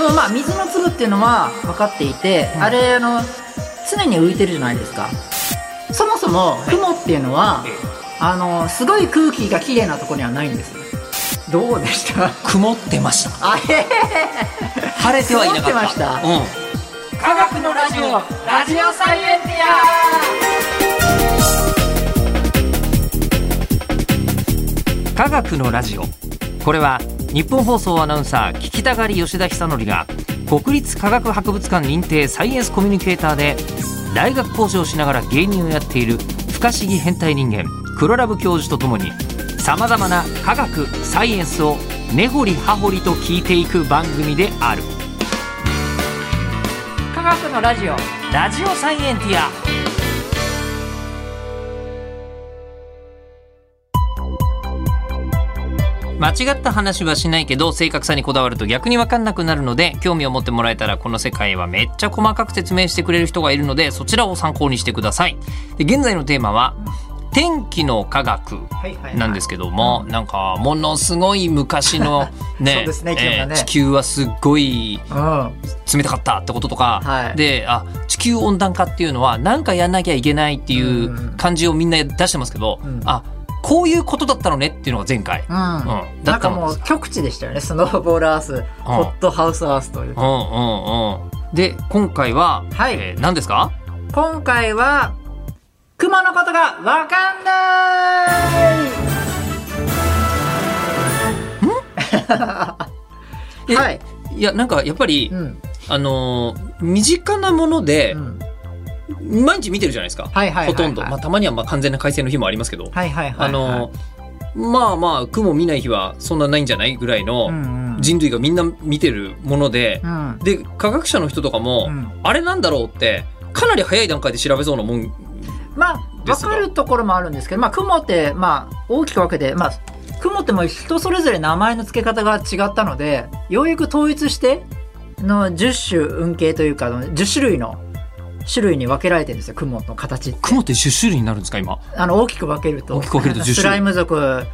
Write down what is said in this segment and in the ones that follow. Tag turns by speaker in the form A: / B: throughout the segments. A: のまあ水の粒っていうのは分かっていて、あれあの常に浮いてるじゃないですかそもそも雲っていうのは、
B: ええ
A: あのすごい空気がきれいなとこにはないんですよどうでした
B: 曇ってました
A: あへへへ
B: 晴れてはいなかった
A: 曇ってました
B: うん、
A: 科学のラジオラジオサイエンティ
B: 科学のラジオこれは日本放送アナウンサー聞きたがり吉田久典が国立科学博物館認定サイエンスコミュニケーターで大学講師をしながら芸人をやっている不可思議変態人間黒ラブ教授とともにさまざまな科学サイエンスを根掘り葉掘りと聞いていく番組である
A: ア科学のラジオ
B: ラジオサイエンティア間違った話はしないけど正確さにこだわると逆に分かんなくなるので興味を持ってもらえたらこの世界はめっちゃ細かく説明してくれる人がいるのでそちらを参考にしてくださいで現在のテーマは天気の科学
A: はいはいはい
B: なんですけども、なんかものすごい昔のね
A: そうですね気温がね
B: えー地球はすっごい
A: うん
B: 冷たかったってこととか、
A: はい
B: であ地球温暖化っていうのは何かやんなきゃいけないってい
A: うん
B: う感じをみんな出してますけど、
A: うん
B: あこういうことだったのねっていうのが前回。
A: う
B: うんん
A: な
B: だ
A: ん
B: っ
A: か
B: たもん
A: も
B: で
A: う極地でしたよねスノーボールアース、ホットハウスアースという
B: うんうんうん、で今回は、
A: はい
B: えー何ですか
A: 今回は熊のことがわかんない
B: え
A: はい、
B: いやなんかやっぱり、
A: うん
B: あのー身近なもので
A: う、ん、
B: 毎日見てるじゃないですか、
A: はいはいはいはい
B: ほとんど、まあ、たまにはまあ完全な快晴の日もありますけど、
A: はいはいはい、はい、
B: あのーまあまあ雲見ない日はそんなないんじゃないぐらいの、
A: うんうん
B: 人類がみんな見てるもので、
A: うん
B: で科学者の人とかも、
A: うん
B: あれなんだろうってかなり早い段階で調べそうなもん
A: まあ
B: で
A: 分
B: すが
A: かるところもあるんですけど、まあ、雲って、まあ、大きく分けて、まあ、雲ってもう人それぞれ名前の付け方が違ったのでようやく統一しての10種運慶というかあの10種類の種類に分けられてるんですよ雲の形って
B: 雲って10種類になるんですか今
A: あの大きく分けると
B: 大きく分けると10種類
A: スライム族、えー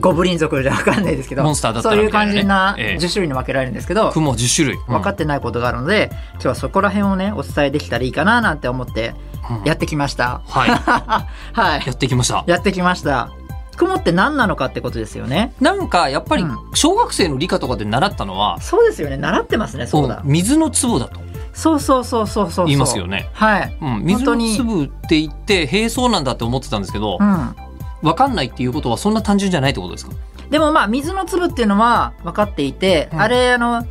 A: ゴブリン族じゃ分かんないですけど
B: モンスターだったら
A: そういう
B: みたい
A: 感
B: なね
A: じな
B: ええ
A: 10種類に分けられるんですけど、
B: 雲10種類、うん
A: 分かってないことがあるので、今日はそこら辺をねお伝えできたらいいかななんて思って
B: うん
A: やってきました。
B: はい
A: はい
B: やってきました
A: やってきました雲って何なのかってことですよね
B: なんかやっぱり
A: うん
B: 小学生の理科とかで習ったのは、
A: そうですよね習ってますねそうだ、
B: うん水の粒だと
A: そうそうそうそうそうそう
B: 言いますよね
A: はい
B: うん、水の
A: 本当に
B: 粒って言ってへえそうなんだって思ってたんですけど、
A: う
B: 分かんないっていうことはそんな単純じゃないってことですか
A: んでもまあ水の粒っていうのは分かっていて、
B: うん
A: あれあの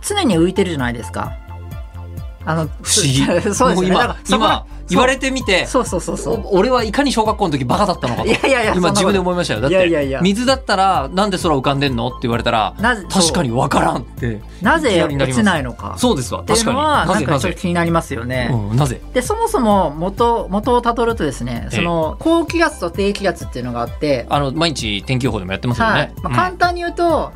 A: 常に浮いてるじゃないですかあの
B: 不思 議
A: そうです
B: もう
A: よねだか
B: 今
A: らそこら
B: 今言われてみて
A: そうそうそうそう
B: お俺はいかに小学校の時バカだったのかと
A: いやいやいや
B: 今自分で
A: も
B: 思いましたよだって
A: いやいやいや
B: 水だったらなんで空浮かんでんのって言われたら
A: なぜ
B: 確か
A: に
B: にわからんって
A: ない
B: き
A: ぜ
B: なりにな
A: 落
B: ります
A: ちないのか
B: そうですわ
A: ってい
B: 確
A: う
B: か
A: の
B: に
A: は
B: な
A: なん
B: ぜ
A: か
B: な
A: ちょっ
B: ぜ
A: と、気になりますよね、
B: うん、なぜ
A: でそもそも元元をたどるとですね
B: ええ
A: その高気圧と低気圧っていうのがあって、
B: あの毎日天気予報でもやってますよね、
A: はいまあ、簡単に言うと、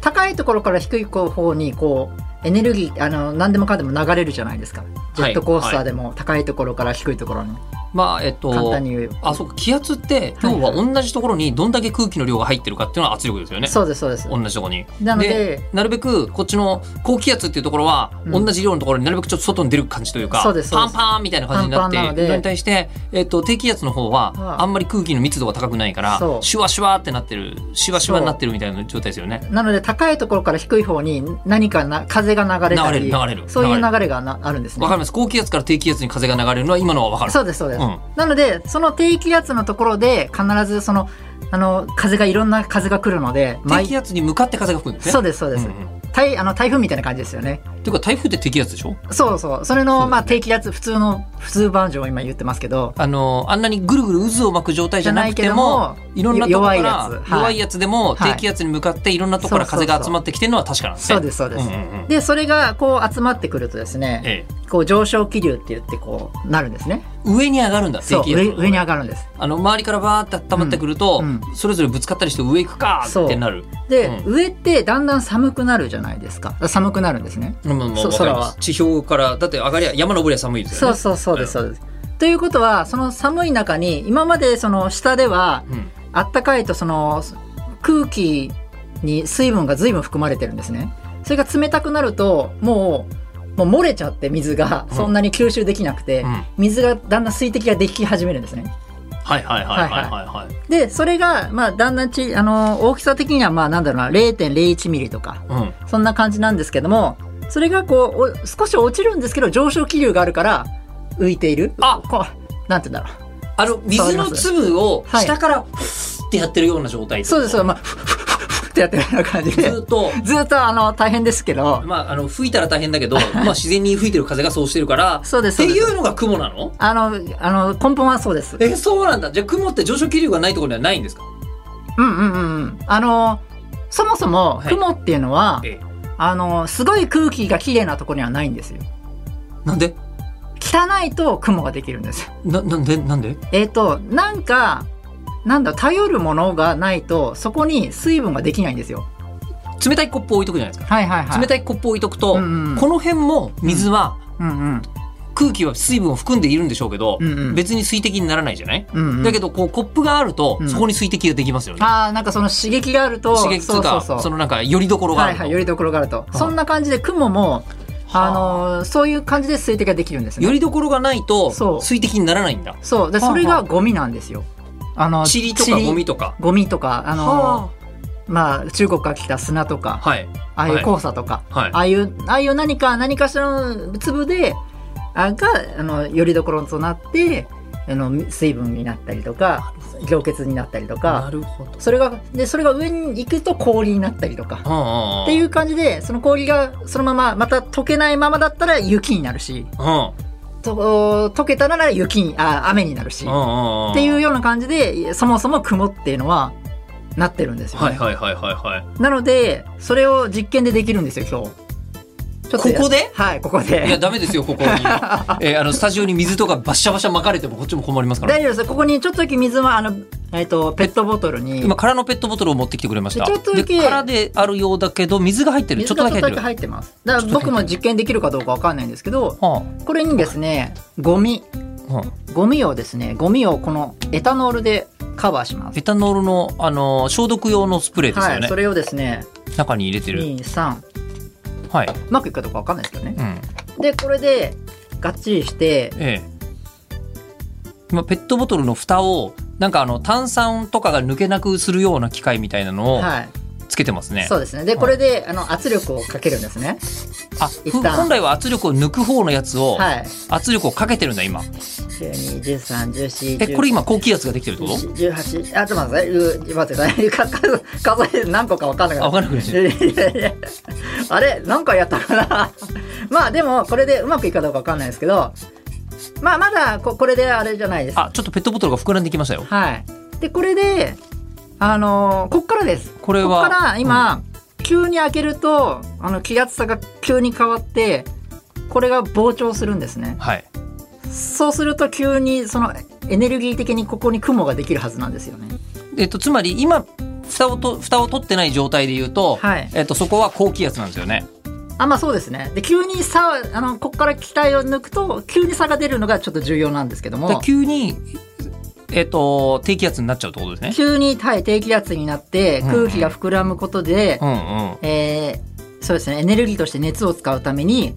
A: 高いところから低い方にこうエネルギーあの何でもかんでも流れるじゃないですかジェットコースターでも高いところから低いところに、
B: うんまあえっと
A: 簡単に言う
B: あそうか気圧って今日は同じところにどんだけ空気の量が入ってるかっていうのは圧力ですよね、
A: そうですそうです
B: 同じところに
A: なので
B: なるべくこっちの高気圧っていうところは
A: うん
B: 同じ量のところになるべくちょっと外に出る感じというか、
A: そうですそう
B: パ
A: で
B: ン
A: す
B: パンみたいな感じになって
A: パンパンなので
B: それに対して、えっと、低気圧の方は
A: はい
B: あんまり空気の密度が高くないから
A: そう
B: シュワシュワってなってるシュワシュワになってるみたいな状態ですよね。
A: なので高いところから低い方に何かな風が流れたり
B: 流れる流れる
A: そういう
B: 流
A: 流れがなあるんですね
B: わかります高気圧から低気圧に風が流れるのは今のはわかる。
A: そうですそうです、
B: うん
A: なのでその低気圧のところで必ずそのあの風がいろんな風が来るので
B: 低
A: 毎
B: 気圧に向かって風が吹くんですね。
A: そうですそうです、
B: うんうん
A: 台あの台風みたいな感じですよね
B: っていうか台風って低気圧でしょ
A: そうそう。それ
B: そうだ
A: の、
B: ね
A: まあ、低気圧、普通の、普通バージョンを今言ってますけど、
B: あのあんなにぐるぐる渦を巻く状態じゃなくても
A: じゃないけども
B: いろんなところか
A: 弱
B: ら
A: いやつはい
B: 弱いやつでも
A: はい
B: 低気圧に向かっていろんなところから風が集まってきてるのは確かなんですね。
A: そうです、そうです
B: ん。うんうん
A: で、それが、こう集まってくるとですね、
B: ええ
A: こう上昇気流って言って、こう、なるんですね。
B: 上に上がるんだ低
A: そう、
B: 気
A: 上
B: 圧の
A: 上に上がるんです。
B: あの周りからバーって温まってくると、
A: うん
B: それぞれぶつかったりして上行くか
A: そう
B: ってなる。
A: で、
B: う
A: 上ってだんだん寒くなるじゃないですか。寒くなるんですね。
B: まあまあまあ
A: そう
B: わかりま
A: 空は
B: す地表からだって上がりゃ山登りは寒いですよ
A: そう
B: ね。
A: そうそうです、そうです。ということは、その寒い中に、今までその下では、
B: うん
A: あったかいとその空気に水分が随分含まれてるんですね。それが冷たくなるともうもう漏れちゃって水が
B: うん
A: そんなに吸収できなくて、
B: うん
A: 水がだんだん水滴ができ始めるんですね。
B: はいはいはいはいはいはい。
A: でそれがまあだんだんちあの大きさ的にはまあなんだろうな0.01ミリとか
B: うん。
A: そんな感じなんですけどもそれがこうお少し落ちるんですけど上昇気流があるから浮いている
B: あ
A: こうなんて言うんだろ
B: あの、水の粒を
A: はい
B: 下から、ふってやってるような状態
A: うそうですそうですまあふふふふってやってるような感じで
B: ずっと、
A: ずっとあの大変ですけど
B: まあ、あの、吹いたら大変 だけど、まあ、自然に吹いてる風がそうしてるから、
A: そうです
B: っ
A: そ
B: て
A: うで
B: い
A: す
B: うのが雲なの
A: あのあの根本はそうです
B: え、そうなんだ。じゃあ雲って上昇気流がないところにはないんですか
A: うんうんうんうんあのそもそも
B: はい
A: 雲っていうのは、
B: ええ
A: あのすごい空気がきれいなところにはないんですよ
B: なんで
A: 汚いと雲ができるんです
B: な、なんでなんで
A: えっ、となんかなんだ頼るものがないとそこに水分ができないんですよ
B: 冷たいコップを置いとくじゃないですか。
A: はいはいはい
B: 冷たいコップを置いとくと、
A: うんうん
B: この辺も水は、
A: うんうん
B: 空気は水分を含んでいるんでしょうけど、
A: うんうん
B: 別に水滴にならないじゃない、
A: うんうん
B: だけど、こう、コップがあると、
A: うん
B: そこに水滴ができますよね。
A: ああなんかその刺激があると
B: 刺激とか、
A: そうそうそう
B: のなんか、よりどころがあ
A: は
B: る
A: い
B: と。
A: はいよりどころがあるとそんな感じで雲も
B: は
A: あのーそういう感じで水滴ができるんですね
B: よりどころがないと
A: そう
B: 水滴にならないんだ
A: そうで
B: はあ
A: それがゴミなんですよあの
B: 塵とかゴミとか
A: ゴミとかあのー
B: は
A: まあ中国から来た砂と
B: あ
A: か
B: はい
A: ああいう
B: はい
A: 黄砂とか、
B: はい
A: ああいうああいう何か何かしらの粒であがあのよりどころとなってあの水分になったりとか凝結になったりと
B: な
A: か
B: るほど
A: それがでそれが上に行くと氷になったりとか
B: っ
A: っていう感じでその氷がそのまままた溶けないままだったら雪になるしと溶けたなら雪にあ雨になるしっ
B: って
A: いううような感じでそもそも雲っていうのはなってるんですよ、ね
B: はいはいはいはいはい
A: なのでそれを実験でできるんですよ今日ちょっとや
B: ここで
A: はいここ
B: いや
A: で
B: ダメですよ ここに、えーあのスタジオに水とかバッシャバシャ巻かれてもこっちも困りますから
A: 大丈夫ですここにちょっとだけ水はあの、えっとペットボトルに
B: 今空のペットボトルを持ってきてくれました
A: ちょっとだけ
B: で空であるようだけど水が入ってるち
A: 水
B: ょっと
A: が
B: だ
A: ちょ
B: け
A: っと
B: 入っ
A: だけ
B: てる
A: 入ってますだから僕も実験できるかどうかわかんないんですけど
B: は
A: これにですねゴミ
B: あはあ
A: ゴミをですねゴミをこのエタノールでカバーします
B: エタノールの、あのー消毒用のスプレーですよ
A: はい
B: ね、
A: それをですね
B: 中に入れてる
A: 23
B: はいう
A: まくいくかどうかわかんないですけどね
B: うん
A: でこれでがっちりして
B: ええ。まあ、ペットボトルの蓋を、なんかあの、炭酸とかが抜けなくするような機械みたいなのを
A: はい
B: つけてますね。
A: そうですねでこれであの圧力をかけるんですね
B: あ、
A: 一
B: ふ
A: 旦
B: 本来は圧力を抜く方のやつを、
A: はい
B: 圧力をかけてるんだ、今。え、
A: 121314
B: これ今、高気圧ができてるってこと
A: 18あちょっと待ってください。う待ってくださいか数数え何個か分かんな
B: あ、
A: か
B: わ
A: った
B: かんなくなっちゃう
A: いやいやいやあれ何回やったかなまあでもこれでうまくいくかどうか分かんないですけどまあまだここれであれじゃないです
B: あ、ちょっとペットボトルが膨らんできましたよ。
A: はいでこれであのーこっからです
B: これは。
A: ここから今、急に開けるとあの気圧差が急に変わってこれが膨張するんですね
B: うんはい。
A: そうすると急にそのエネルギー的にここに雲ができるはずなんですよね
B: えっと、つまり今、蓋をと、蓋を取ってない状態で言うと、
A: はい
B: えっと、そこは高気圧なんですよね。
A: あまあそうですねで急に差あのここから機体を抜くと急に差が出るのがちょっと重要なんですけど
B: だから
A: も
B: 急に、えっと、低気圧になっちゃうってことですね。
A: 急に、はい、低気圧になって
B: うん
A: 空気が膨らむことで、
B: うんうん。
A: えーそうですねエネルギーとして熱を使うために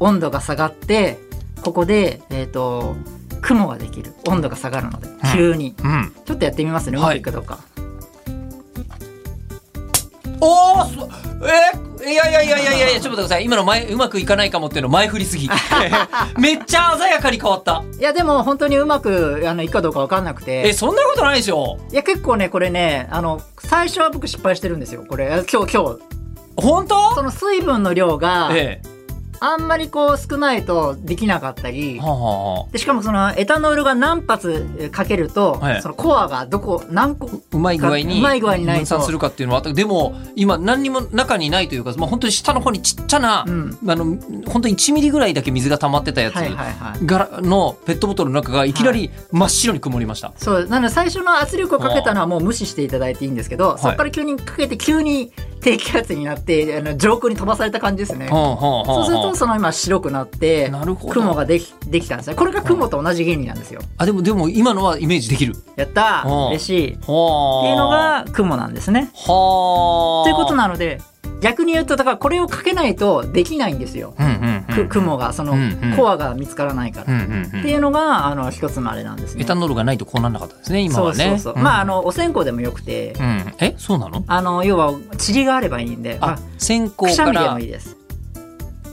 A: 温度が下がってここで、えー、と雲ができる温度が下がるので急に、
B: うん。
A: ちょっとやってみますねうまくいくかどうか、
B: おおえーいやいやいやいやいやいやちょっと待ってください今の前うまくいかないかもっていうの前振 りすぎめっちゃ鮮やかに変わった
A: い、やでも本当にうまくあのいくかどうか分かんなく
B: え
A: て
B: そんなことないでしょ
A: いや結構ねこれねあの最初は僕失敗してるんですよこれ今日今日
B: 本当
A: その水分の量が
B: え
A: あんまりこう少ないとできなかった
B: え
A: り
B: はあはあはあ
A: でしかもそのエタノールが何発えーかけると、
B: はい
A: そのコアがどこ何個
B: うまい具合に
A: うまい具合にないと
B: 分散するかっていうのはあったでも今何にも中にないというか、まあ、本当に下の方にちっちゃな、
A: うん
B: あの本当に1ミリぐらいだけ水が溜まってたやつ
A: はいはいはい
B: がのペットボトルの中がいきなり真っ白に曇りました、
A: そうなので最初の圧力をかけたのはもう無視していただいていいんですけど、
B: い
A: そこから急にかけて急に低気圧になってあの上空に飛ばされた感じですね、
B: はあはあはあ
A: そうする
B: はあ
A: とその今白くなって
B: なるほど
A: 雲ができできたんですねこれが雲と同じ原理なんですよ
B: あでもでも今のはイメージできるは
A: やった
B: うん
A: ー嬉しいっていう
B: あ
A: のが雲なんですね
B: はあ。
A: ということなので逆に言うとだからこれをかけないとできないんですよ、
B: うんうんうん
A: く雲がその
B: うんうん
A: コアが見つからないから、
B: うんう
A: って
B: んう
A: い
B: ん
A: うのがあの一つのあれなんですね
B: エタノールがないとこうなんなかったですね今はね
A: そうそうそう、
B: ん
A: まああのお線香でもよくて、
B: うんえそうなの
A: あの要は塵があればいいんで
B: あ線香
A: くしゃ
B: か
A: みで
B: ら
A: もいいです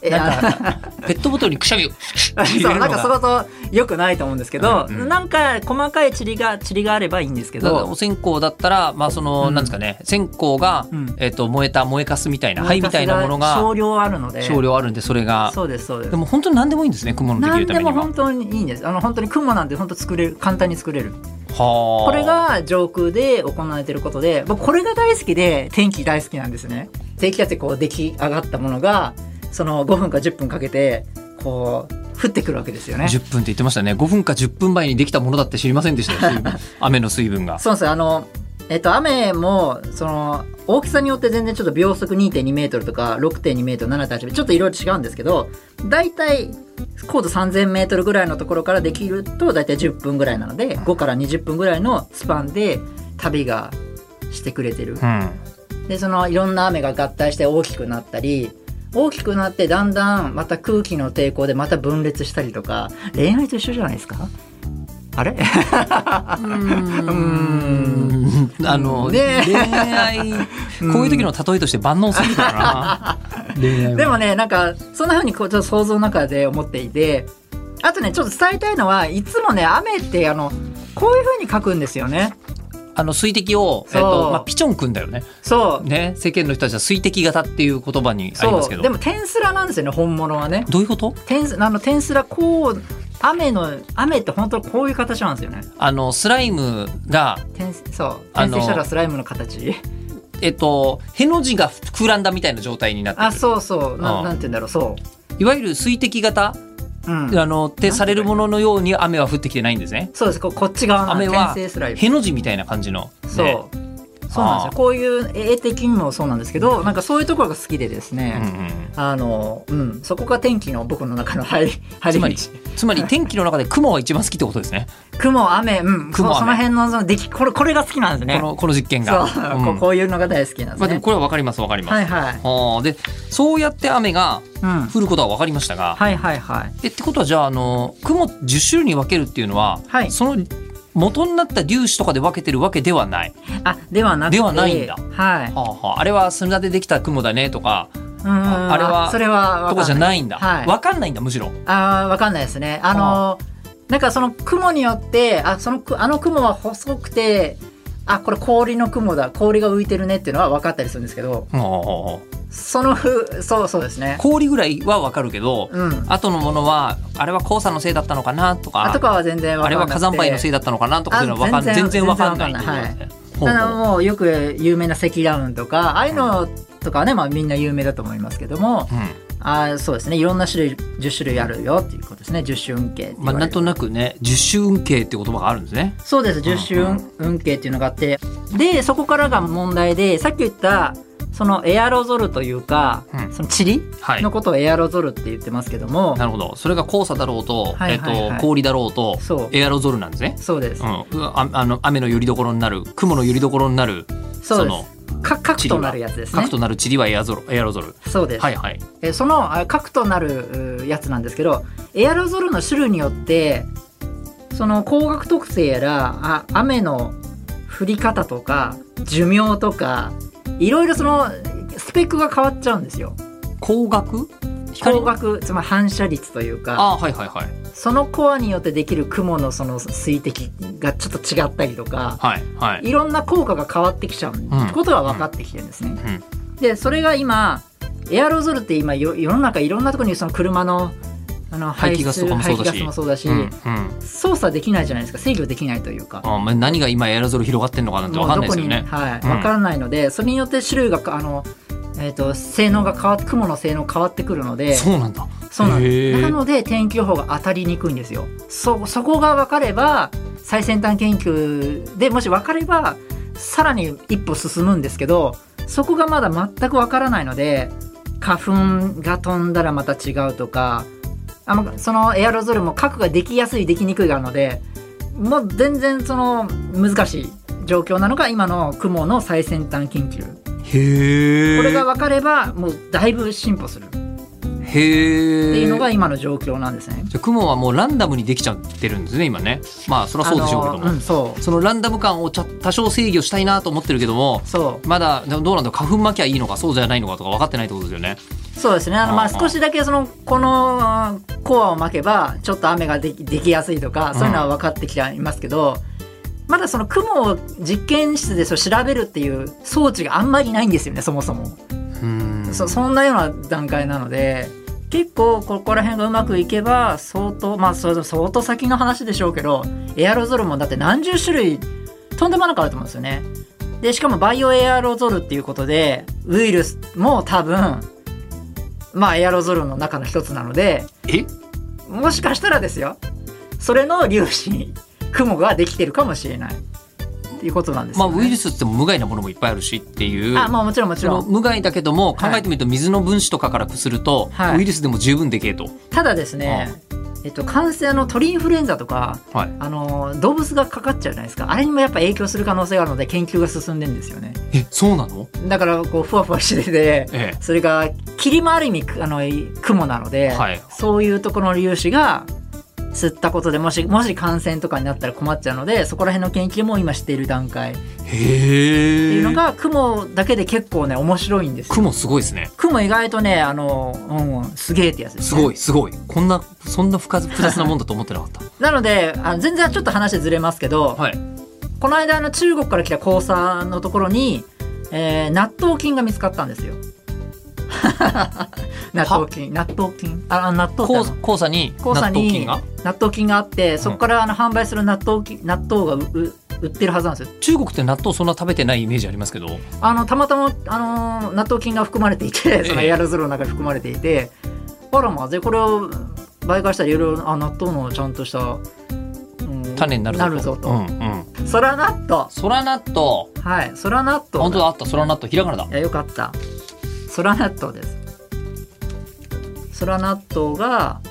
A: え
B: な
A: あ
B: んかペットボトルにくしゃみを 入 れ
A: そう
B: る
A: な
B: の
A: んか
B: が
A: そこと良くないと思うんですけど、
B: うんうん
A: なんか細かい塵が塵があればいいんですけ
B: だからお
A: ど
B: 線香だったら、まあ、その、
A: うん
B: なんですかね、線香が、
A: うん
B: えっと、燃えた燃えかすみたいな、灰みたいなものが
A: 少量あるので
B: 少量あるんで、それが。
A: そうですそうです
B: でも、本当に何でもいいんですね、雲のでき
A: 何
B: るた
A: で
B: めに
A: も
B: は。
A: 本当にいいんですあの本当に雲なんて本当作れる簡単に作れる
B: こ
A: これ、が上空で行われてることで僕これが大好きで天気大好きなんですね低気圧でこう出来上がったものがその5分か10分かけてこう降ってくるわけですよね
B: 10分って言ってましたね。5分か10分前にできたものだって知りません でしたよ、水分雨の水分が。
A: そうですあのえっと雨もその大きさによって全然ちょっと秒速2.2メートルとか6.2メートル7.8メートルちょっといろいろ違うんですけど大体高度3000メートルぐらいのところからできると大体10分ぐらいなので5から20分ぐらいのスパンで旅がしてくれてる
B: うん。
A: でそのいろんな雨が合体して大きくなったり大きくなってだんだんまた空気の抵抗でまた分裂したりとか恋愛と一緒じゃないですかあれ
B: うん。あの、
A: ね
B: 恋愛、こういう時の例えとして万能すぎ るからな。恋愛は
A: でもねなんかそんな風にこうちょっと想像の中で思っていてあとねちょっと伝えたいのはいつもね雨ってあのこういう風に書くんですよね
B: あの、水滴を、えっ
A: そ
B: と、
A: う
B: まあ、ピチョンくんだよね。
A: そう
B: ね、世間の人たちは水滴型っていう言葉にあります
A: そ
B: け
A: う
B: ど。
A: でも天すらなんですよね本物はね
B: どういうこと
A: 天すあの天すらこう雨の雨って本当こういう形なんですよね
B: あのスライムが、
A: 天そう
B: あ
A: 転
B: の
A: 生したらスライムの形
B: えっと、への字が膨らんだみたいな状態になって
A: あ
B: る
A: そうそう
B: う
A: なんなんて言うんだろうそ
B: いわゆる水滴型、
A: う、うん、
B: あのってされるもののように雨は降ってきてないんですね。
A: そうですここっち側の
B: 雨は
A: 転生スライム
B: への字みたいな感じの、ね、
A: そう、そうなんですよこういう絵的にもそうなんですけどなんかそういうところが好きでです
B: うんう
A: ね、
B: ん
A: あのうんそこが天気の僕の中の入り入
B: つま
A: り
B: り
A: 道
B: つまり天気の中で雲は一番好きってことですね。
A: 雲雨うん
B: 雲
A: そ
B: 雨
A: その辺のその出来これこれが好きなんですね
B: このこの実 験
A: そう
B: が。、うん
A: ここういうのが大好きなん
B: ま
A: ですね
B: あでも、これはわかりますわかります。
A: はいはい、
B: はあでそうやって雨が
A: うん、
B: 降ることはわかりましたが、
A: はいはいはい
B: えってことはじゃああの雲10種類に分けるっていうのは、
A: はい
B: その元になった粒子とかで分けてるわけではない。
A: あではなくて
B: ではないんだ
A: はい
B: はあはあ、あれは砂でできた雲だねとか
A: うんうん
B: あれは
A: それは
B: とかじゃないんだ。
A: はい
B: わかんないんだむしろ。
A: あーわかんないですね。あのなんかその雲によってあそのくあの雲は細くてあこれ氷の雲だ氷が浮いてるねっていうのは分かったりするんですけど
B: はあはあ
A: そのふそうそうですね。
B: 氷ぐらいはわかるけど、
A: うん。
B: 後のものはあれは黄砂のせいだったのかなとか、
A: あとかは全然分かん
B: あれ
A: なく
B: は
A: て
B: 火山灰のせいだったのかなとかそういうのはわか
A: あ
B: ん全
A: 全然
B: 然わかんないっていうこと
A: 全然わかん
B: だね。ほう
A: ただ
B: ほう
A: もうよく有名な積乱雲とかああいうのとかはね、まあ、みんな有名だと思いますけども
B: う
A: あーそうですねいろんな種類10種類あるよっていうことですね10種運慶って言
B: んまあ、
A: われ
B: なん
A: る
B: となくね十種運慶って言葉があるんですね。
A: そうです十種
B: うん
A: 運運慶っていうのがあってでそこからが問題でさっき言ったそのエアロゾルというか、
B: うん
A: その塵
B: はい
A: のことをエアロゾルって言ってますけども、
B: なるほどそれが黄砂だろうと,、
A: はいはいはい
B: えっと氷だろうと
A: そう
B: エアロゾルなんですね。
A: そうです、
B: うん、うああの雨のよりどころになる雲のよりどころになる
A: そうで
B: の
A: すか核
B: 塵
A: と
B: は
A: なるやつですね
B: 核となる塵はエアゾルエアロゾル。
A: そうです、
B: はいはい。
A: えそのあ核となるうやつなんですけどエアロゾルの種類によってその光学特性やらあ雨の降り方とか寿命とかいろいろそのスペックが変わっちゃうんですよ
B: 光学
A: 光
B: の
A: 学つまり反射率というか
B: あーはいはいはい
A: そのコアによってできる雲のその水滴がちょっと違ったりとか
B: はいはい。
A: いろんな効果が変わってきちゃう
B: うん
A: ことは分かってきてるんですね。
B: うん
A: でそれが今エアロゾルって今よ世の中いろんなところにその車のあの
B: 排気ガスとかもそうだし
A: 排気ガスもそうだし、
B: うんうん
A: 操作できないじゃないですか制御できないというか。
B: あまあ何が今エアロゾル広がってんのかなんてわかんないですよ
A: も
B: ね
A: うど。こにはい、
B: うん
A: 分からないので、それによって種類があの、えー、と性能が変わって雲の性能変わってくるので
B: そうなんだ。
A: そうなん
B: へ
A: で
B: ー
A: す。なので天気予報が当たりにくいんですよ。そそこが分かれば最先端研究でもし分かればさらに一歩進むんですけどそこがまだ全く分からないので花粉が飛んだらまた違うとかあのそのエアロゾルも核ができやすいできにくいがあるのでもう全然その難しい状況なのが今の雲の最先端研究
B: へえ。
A: これが分かればもうだいぶ進歩するって
B: へえ。
A: いうのが今の状況なんですね。
B: じゃあ雲はもうランダムにできちゃってるんですね今ね。まあそりゃそうでしょうけども、
A: あのうん、そ
B: そのランダム感をちょ多少制御したいなと思ってるけども
A: う。そう
B: まだでもどうなんだろう花粉巻きゃいいのかそうじゃないのかとか分かってないってことですよね。
A: そうですね。あの、まあ、
B: うんうん
A: 少しだけ、その、この、コアを巻けば、ちょっと雨ができできやすいとか、そういうのは分かってきてはいますけど、まだその雲を実験室でそう調べるっていう装置があんまりないんですよね、そもそも。
B: うん
A: そそんなような段階なので、結構、ここら辺がうまくいけば、相当、まあ、それ相当先の話でしょうけど、エアロゾルもだって何十種類、とんでもなくあると思うんですよね。で、しかもバイオエアロゾルっていうことで、ウイルスも多分、まあ、エアロゾルの中の一つなので、
B: え
A: もしかしたらですよ、それの粒子に雲ができてるかもしれない。っていうことなんです
B: まあ
A: よ、ね。
B: ウイルスって無害なものもいっぱいあるしっていう。
A: あ、まあもちろんもち
B: そ
A: ろ
B: の
A: ん。
B: 無害だけども考えてみると水の分子とかからすると、
A: はい
B: ウイルスでも十分でけえと。
A: ただですね、えっと、感染あの鳥インフルエンザとか、
B: はい
A: あの動物がかかっちゃうじゃないですかあれにもやっぱ影響する可能性があるので研究が進んでんですよね
B: えそうなの？
A: だからこうふわふわしてて
B: え
A: それが霧もある意味あのい雲なので、
B: はい
A: そういうところの粒子が吸ったことでもしもし感染とかになったら困っちゃうのでそこら辺の研究も今している段階って
B: え。へえ。
A: いうのが雲だけで結構ね面白いんですよ
B: 雲すごいですね。
A: 雲意外とねあの、うん、すげえってやつです、
B: す
A: ね、
B: ごいすごい。こんなそんな複雑複雑なもんだと思ってなかった。
A: なのであの全然ちょっと話ずれますけど、
B: はい。
A: この間あの中国から来た黄砂のところに、えー納豆菌が見つかったんですよ。 納豆菌納豆菌ああ納豆ってあ
B: 黄
A: の
B: 黄砂に納
A: 黄砂
B: 豆菌
A: に
B: が
A: 納豆菌があってそこからあの販売する納豆菌納豆がうう売ってるはずなんですよ。
B: 中国って納豆そんな食べてないイメージありますけど。
A: あのたまたまあのー納豆菌が含まれていてその
B: ええ
A: エアロゾルの中に含まれていて、あらまあでこれを媒介したらいろいろあ納豆のちゃんとした、うん
B: 種になるぞ
A: なるぞ
B: う
A: と。
B: んうん。
A: そら納豆
B: そら納豆。
A: はいそら納豆
B: 本当だあったそら納豆ひらがなだ
A: い。やよかったそら納豆ですそら納豆が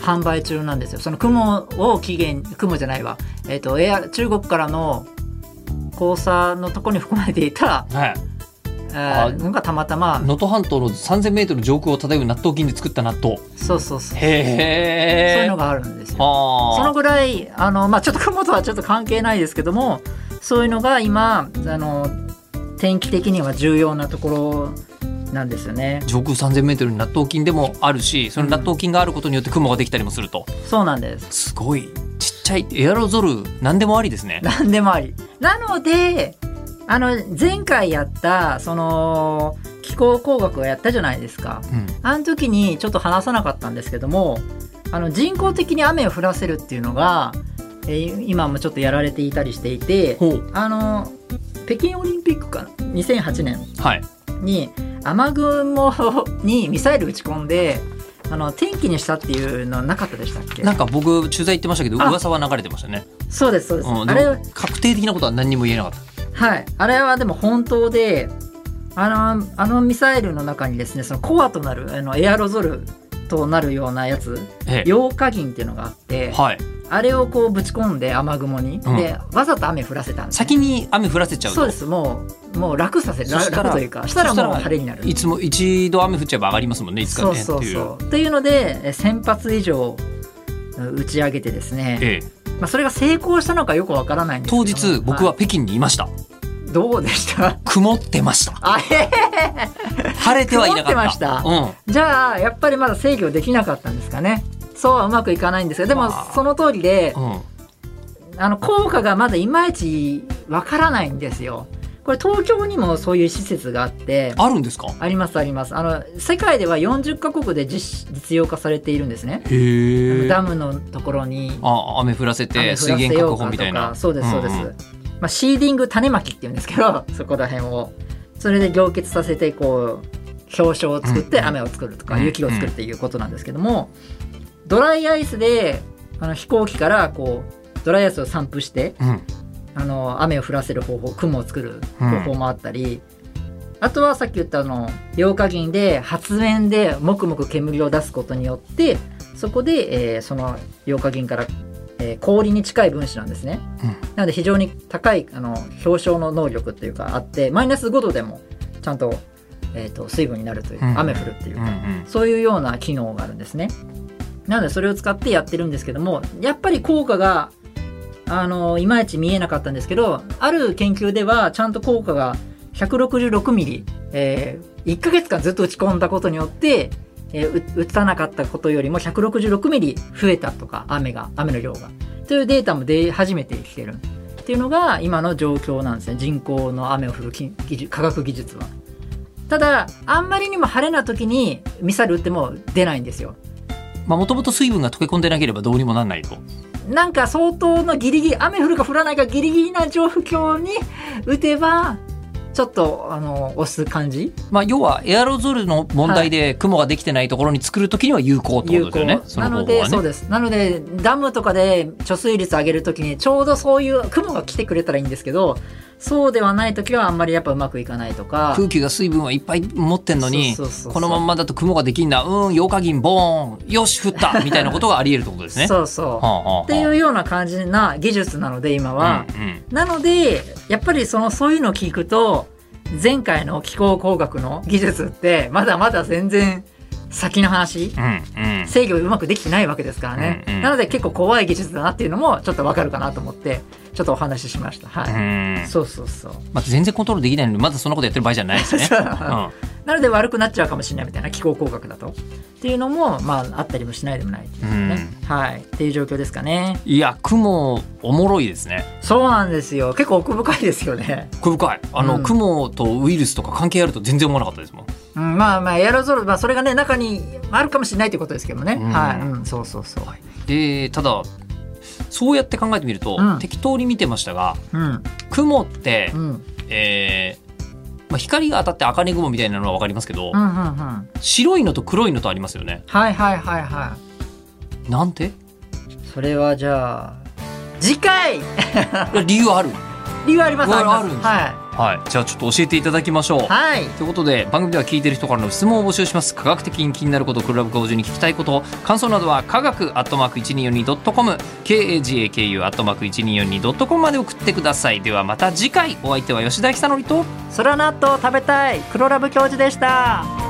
A: 販売中なんですよその雲を起源雲じゃないわえっ、とエア中国からの黄砂のとこに含まれていた
B: はい。
A: え
B: あ
A: ーのがたまたま
B: 能登半島の3000メートル上空を漂う納豆菌で作った納豆。
A: そうそうそうそういう
B: へ
A: の
B: え。
A: があるんですよそ
B: あ
A: の
B: あ。
A: ぐらいあの、まあ、ちょっと雲とはちょっと関係ないですけどもそういうのが今あの天気的には重要なところなんですよね
B: 上空3000メートルに納豆菌でもあるし、その納豆菌があることによって雲ができたりもすると。
A: そうなんです
B: すごい。ちっちゃいエアロゾル何でもありですね。
A: 何でもあり。なので、あの、前回やった、その、気候工学をやったじゃないですか。
B: うん。
A: あの時にちょっと話さなかったんですけども、あの、人工的に雨を降らせるっていうのが、えー今もちょっとやられていたりしていて、
B: ほう。
A: あの、北京オリンピックかな ?2008 年
B: はい。
A: に雨雲にミサイル撃ち込んで、あの、天気にしたっていうのはなかったでしたっけ
B: なんか僕取材行ってましたけど
A: あ
B: 噂は流れてましたね。
A: そうです、そうです。
B: うん。
A: あれ
B: でも確定的なことは何にも言えなかった。
A: はい、あれはでも本当であのあのミサイルの中にですねそのコアとなるあのエアロゾルとなるようなやつ
B: ええ。
A: 溶化銀っていうのがあって
B: はい。
A: あれをこうぶち込んで雨雲に、
B: うん
A: でわざと雨降らせたんですね、
B: 先に雨降らせちゃうと
A: そうですもうもう楽させ
B: そしたら
A: 楽というかしたら
B: そしたら
A: もう晴れになる
B: いつも一度雨降っちゃえば上がりますもんねいつかね
A: そうそうそうっていうのでえ1000発以上打ち上げてです
B: って
A: ね、
B: いう、ええ、
A: まあ、それが成功したのかよくわからないんですけど
B: 当日僕は北京にいました、
A: いどうでした
B: 曇ってました
A: あえへ
B: 晴れてはいなかった
A: 曇ってました
B: うん、
A: じゃあやっぱりまだ制御できなかったんですかねそうはうまくいかないんですがでも
B: まあ
A: その通りで
B: うん、
A: あの効果がまだいまいちわからないんですよこれ東京にもそういう施設があって
B: あるんですか
A: ありますありますあの世界では40カ国で実施実用化されているんですねあの
B: へえ
A: ダムのところに
B: あ雨降らせ
A: 雨
B: て
A: 降
B: 水
A: らせ
B: 源
A: よ
B: 確
A: う
B: 保
A: か
B: み
A: と
B: たいな
A: かそうですそうです、
B: んん
A: まあ、シーディング種まきっていうんですけど そこら辺をそれで凝結させてこう表彰を作って
B: うん
A: 雨を作ると
B: う
A: か
B: ん
A: 雪を作るっていうことなんですけどもドライアイスであの飛行機からこうドライアイスを散布して
B: うん
A: あの雨を降らせる方法雲を作る方法もあったり、あとはさっき言ったあの溶化銀で発煙でもくもく煙を出すことによってそこで、えーその溶化銀から、えー氷に近い分子なんですね。
B: うん
A: なので非常に高いあの表彰の能力っていうかあってマイナス5度でもちゃんと,、えー、と水分になるという、
B: うん
A: 雨降るっていう
B: うんう
A: か、
B: ん
A: そういうような機能があるんですね。なのでそれを使ってやってるんですけどもやっぱり効果があのいまいち見えなかったんですけどある研究ではちゃんと効果が166ミリ、え1ヶ月間ずっと打ち込んだことによって、えーう打たなかったことよりも166ミリ増えたとか雨が雨の量がというデータも出始めてきてるっていうのが今の状況なんですね人工の雨を降る技技術科学技術は。ただあんまりにも晴れな時にミサイル打っても出ないんですよ
B: まあもともと水分が溶け込んでなければどうにもなんないと。
A: なんか相当のギリギリ雨降るか降らないかギリギリな状況に打てばちょっとあの押す感じ
B: まあ要はエアロゾルの問題で雲ができてないところに作るときには有効ってことですよね。そ
A: な
B: の
A: の
B: 方法
A: で、
B: は
A: そう
B: ね。
A: ですなのでダムとかで貯水率上げるときにちょうどそういう雲が来てくれたらいいんですけどそうではない時はあんまりやっぱうまくいかないとか
B: 空気が水分はいっぱい持ってんのに、
A: そうそうそうそう
B: このまんまだと雲ができんな、うん、ヨカギンボーン、よし、降 ったみたいなことがあり得るってことですね。
A: そうそう、
B: はあはあはあ
A: っていうような感じな技術なので今は、
B: うんうん
A: なので、やっぱりその、そういうのを聞くと、前回の気候工学の技術って、まだまだ全然先の話、
B: うんうん
A: 制御うまくできてないわけですからね。
B: うんうん
A: なので結構怖い技術だなっていうのも、ちょっとわかるかなと思って、ちょっとお話ししました。はい。
B: うん
A: そうそうそう。
B: まあ、全然コントロールできないのにまだそんなことやってる場合じゃないですね。
A: そう
B: うん
A: なので悪くなっちゃうかもしれないみたいな気候工学だと。っていうのも、まあ、あったりもしないでもないっていうね。はい。っていう状況ですかね。
B: いや雲おもろいですね
A: そうなんですよ。結構奥深いですよね。
B: 奥深いあの、
A: うん
B: 雲とウイルスとか関係あると全然思わなかったですもん
A: うん、まあまあエアロゾル、まあ、それがね中にあるかもしれないということですけどね、
B: うん
A: はい、うん、そうそうそう、
B: でただそうやって考えてみると、
A: うん
B: 適当に見てましたが
A: うん
B: 雲って、
A: うん、うんうん
B: えーまあ、光が当たって茜雲みたいなのは分かりますけど、
A: うんはい
B: 白いのと黒いのとありますよね
A: はいはいは
B: な んて
A: いそれはじゃあ次回
B: いや理由ある
A: 理由あります
B: わ
A: あ
B: あるん
A: り
B: です
A: ますは
B: はいじゃあちょっと教えていただきましょう
A: い、はい、
B: ということで番組では聞いてる人からの質問を募集します科学的に気になることクラブ教授に聞きたいこと感想などは科学アットマーク 1242.com kagaku アットマーク 1242.com まで送ってくださいではまた次回お相手は吉田久典と
A: 空納豆食べたい黒ラブ教授でした